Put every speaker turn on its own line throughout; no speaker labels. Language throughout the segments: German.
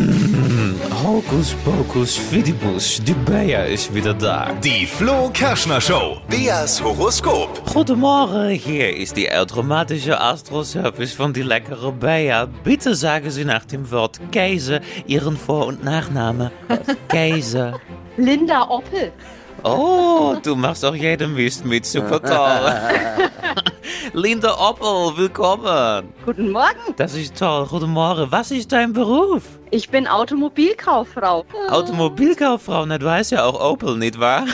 Mmh, Hokus Pokus Fidibus, die Bayer ist wieder da.
Die Flo Kerschner Show. Beas Horoskop.
Guten Morgen, hier ist die automatische Astro-Service von die leckere Bayer. Bitte sagen Sie nach dem Wort Käse Ihren Vor- und Nachname. Käse.
Linda Oppel.
Oh, du machst auch jeden Mist mit, super toll. Linda Oppel, willkommen.
Guten Morgen.
Das ist toll, guten Morgen. Was ist dein Beruf?
Ich bin Automobilkauffrau.
Automobilkauffrau, na du heißt ja auch Opel, nicht wahr?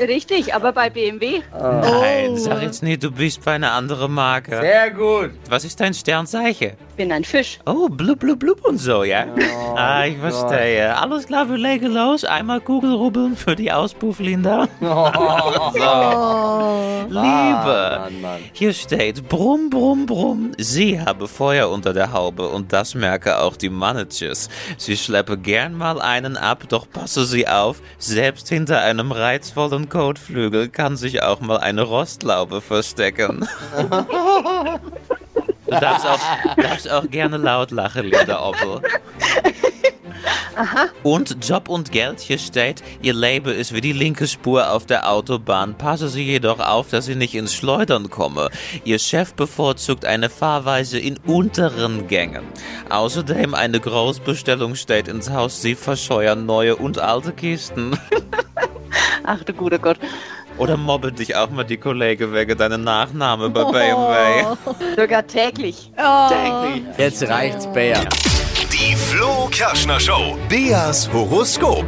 Richtig, aber bei BMW.
Nein, sag jetzt nicht, du bist bei einer anderen Marke.
Sehr gut.
Was ist dein Sternzeichen?
Ich bin ein Fisch.
Oh, blub, blub, blub und so, ja?
Oh
ah, ich verstehe. Alles klar, wir legen los. Einmal Kugelrubbeln für die Auspuff, Linda. Liebe,
Oh. Ah, Mann, Mann.
hier steht, brumm, brumm, brumm. Sie habe Feuer unter der Haube und das merke auch die Managers. Sie schleppe gern mal einen ab, doch passe sie auf, selbst hinter einem reizvollen Kotflügel kann sich auch mal eine Rostlaube verstecken. Du darfst auch, darfst auch gerne laut lachen, Linda Oppel. Und Job und Geld hier steht, ihr Label ist wie die linke Spur auf der Autobahn. Passe sie jedoch auf, dass sie nicht ins Schleudern komme. Ihr Chef bevorzugt eine Fahrweise in unteren Gängen. Außerdem eine Großbestellung steht ins Haus, sie verscheuern neue und alte Kisten.
Ach du guter Gott.
Oder mobbe dich auch mal die Kollege wegen deinem Nachname bei BMW.
Sogar täglich.
Jetzt reicht's, Bär.
Die Flo Kerschner Show. Beas Horoskop.